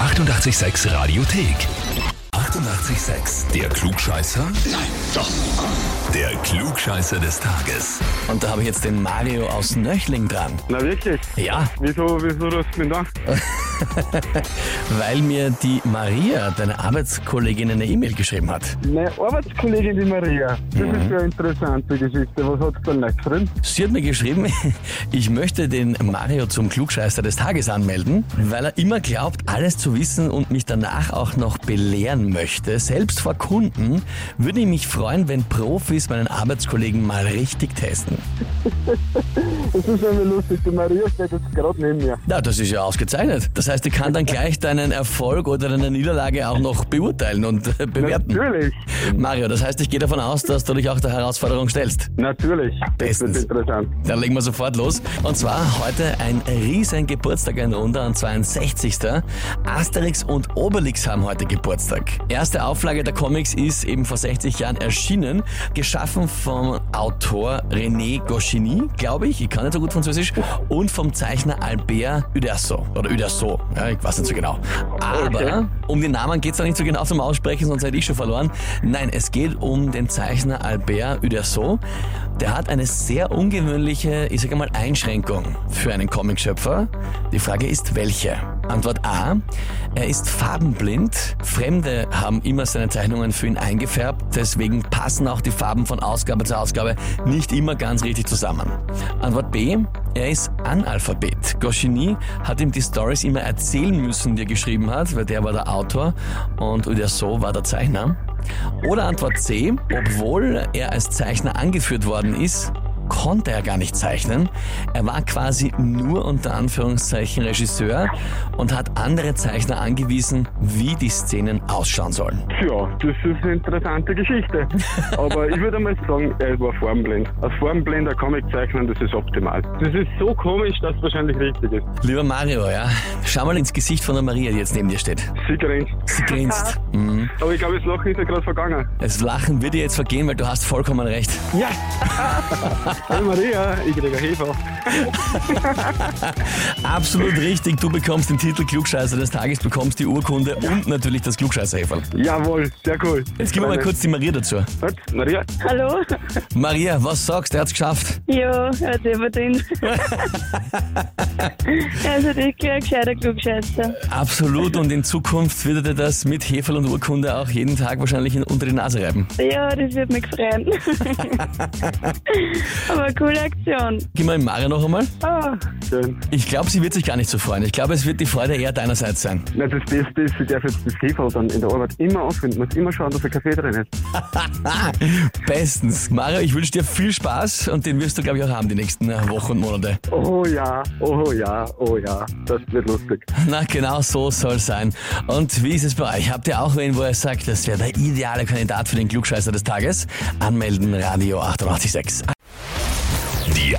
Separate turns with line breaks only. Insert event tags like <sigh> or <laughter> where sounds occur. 886 Radiothek. 88,6. Der Klugscheißer? Nein, doch. Der Klugscheißer des Tages.
Und da habe ich jetzt den Mario aus Nöchling dran.
Na wirklich?
Ja,
Wieso, wieso rufst du mich an?
weil mir die Maria, deine Arbeitskollegin, eine E-Mail geschrieben hat.
Meine Arbeitskollegin, die Maria. Das ist eine interessante Geschichte. Was hat's da nicht drin?
Sie hat mir geschrieben, <laughs> ich möchte den Mario zum Klugscheißer des Tages anmelden, weil er immer glaubt, alles zu wissen und mich danach auch noch belehren möchte. Selbst vor Kunden würde ich mich freuen, wenn Profis meinen Arbeitskollegen mal richtig testen.
Es ist irgendwie lustig. Die Maria steht jetzt gerade neben mir.
Na, das ist ja ausgezeichnet. Das heißt, ich kann dann gleich deinen Erfolg oder deine Niederlage auch noch beurteilen und <laughs> äh, bewerten.
Natürlich.
Mario, das heißt, ich gehe davon aus, dass du dich auch der Herausforderung stellst.
Natürlich.
Bestens.
Das wird interessant.
Dann legen wir sofort los. Und zwar heute ein riesen Geburtstag in Runde, und zwar ein 60. Asterix und Obelix haben heute Geburtstag. Erste Auflage der Comics ist eben vor 60 Jahren erschienen, geschaffen vom Autor René Goscinny, glaube ich, ich kann nicht so gut Französisch, und vom Zeichner Albert Uderzo. Oder Uderzo, ja, ich weiß nicht so genau. Aber um den Namen geht es auch nicht so genau zum Aussprechen, sonst hätte ich schon verloren. Nein, es geht um den Zeichner Albert Uderzo. Der hat eine sehr ungewöhnliche, ich sage mal, Einschränkung für einen Comicschöpfer. Die Frage ist, welche? Antwort A. Er ist farbenblind. Fremde haben immer seine Zeichnungen für ihn eingefärbt. Deswegen passen auch die Farben von Ausgabe zu Ausgabe nicht immer ganz richtig zusammen. Antwort B. Er ist Analphabet. Goscinny hat ihm die Stories immer erzählen müssen, die er geschrieben hat, weil der war der Autor und Uderzo war der Zeichner. Oder Antwort C, obwohl er als Zeichner angeführt worden ist, konnte er gar nicht zeichnen. Er war quasi nur unter Anführungszeichen Regisseur und hat andere Zeichner angewiesen, wie die Szenen ausschauen sollen.
Ja, das ist eine
<laughs>
interessante Geschichte. Aber ich würde mal sagen, er war formblind. Als formblinder Comic zeichnen, das ist optimal. Das ist so komisch, dass es wahrscheinlich richtig ist.
Lieber Mario, ja, schau mal ins Gesicht von der Maria, die jetzt neben dir steht.
Sie grinst.
Sie grinst. Mhm.
Aber ich glaube, das Lachen ist ja gerade vergangen.
Das Lachen wird dir jetzt vergehen, weil du hast vollkommen recht.
Ja! hey Maria, ich kriege eine Hefe.
Absolut richtig, du bekommst den Titel Klugscheißer des Tages, bekommst die Urkunde und natürlich das Klugscheißerhefel.
Jawohl, sehr cool.
Jetzt gib mal kurz die Maria dazu.
Was? Maria?
Hallo?
Maria, was sagst du? Er hat's geschafft.
Ja, er hat eh verdient. also, ich bin ein gescheiter Klugscheißer.
Absolut und in Zukunft wird er dir das mit Heferl und Urkunde auch jeden Tag wahrscheinlich in, unter die Nase reiben.
Ja, das wird mich freuen. Aber coole Aktion.
Gib mal Mario noch einmal.
Oh,
Ah, Schön.
Ich glaube, sie wird sich gar nicht so freuen. Ich glaube, es wird die Freude eher deinerseits sein. <laughs>
Na, das Beste ist, ich darf jetzt das Hefe dann in der Arbeit immer auffinden. Muss immer schauen, dass der Kaffee drin ist.
Bestens. Mario, ich wünsche dir viel Spaß und den wirst du, glaube ich, auch haben die nächsten äh, Wochen und Monate.
Oh ja, oh ja, oh ja. Das wird lustig.
<laughs> Na, genau so soll sein. Und wie ist es bei euch? Habt ihr auch wen, wo ihr sagt, das wäre der ideale Kandidat für den Klugscheißer des Tages? Anmelden, Radio 886.
Die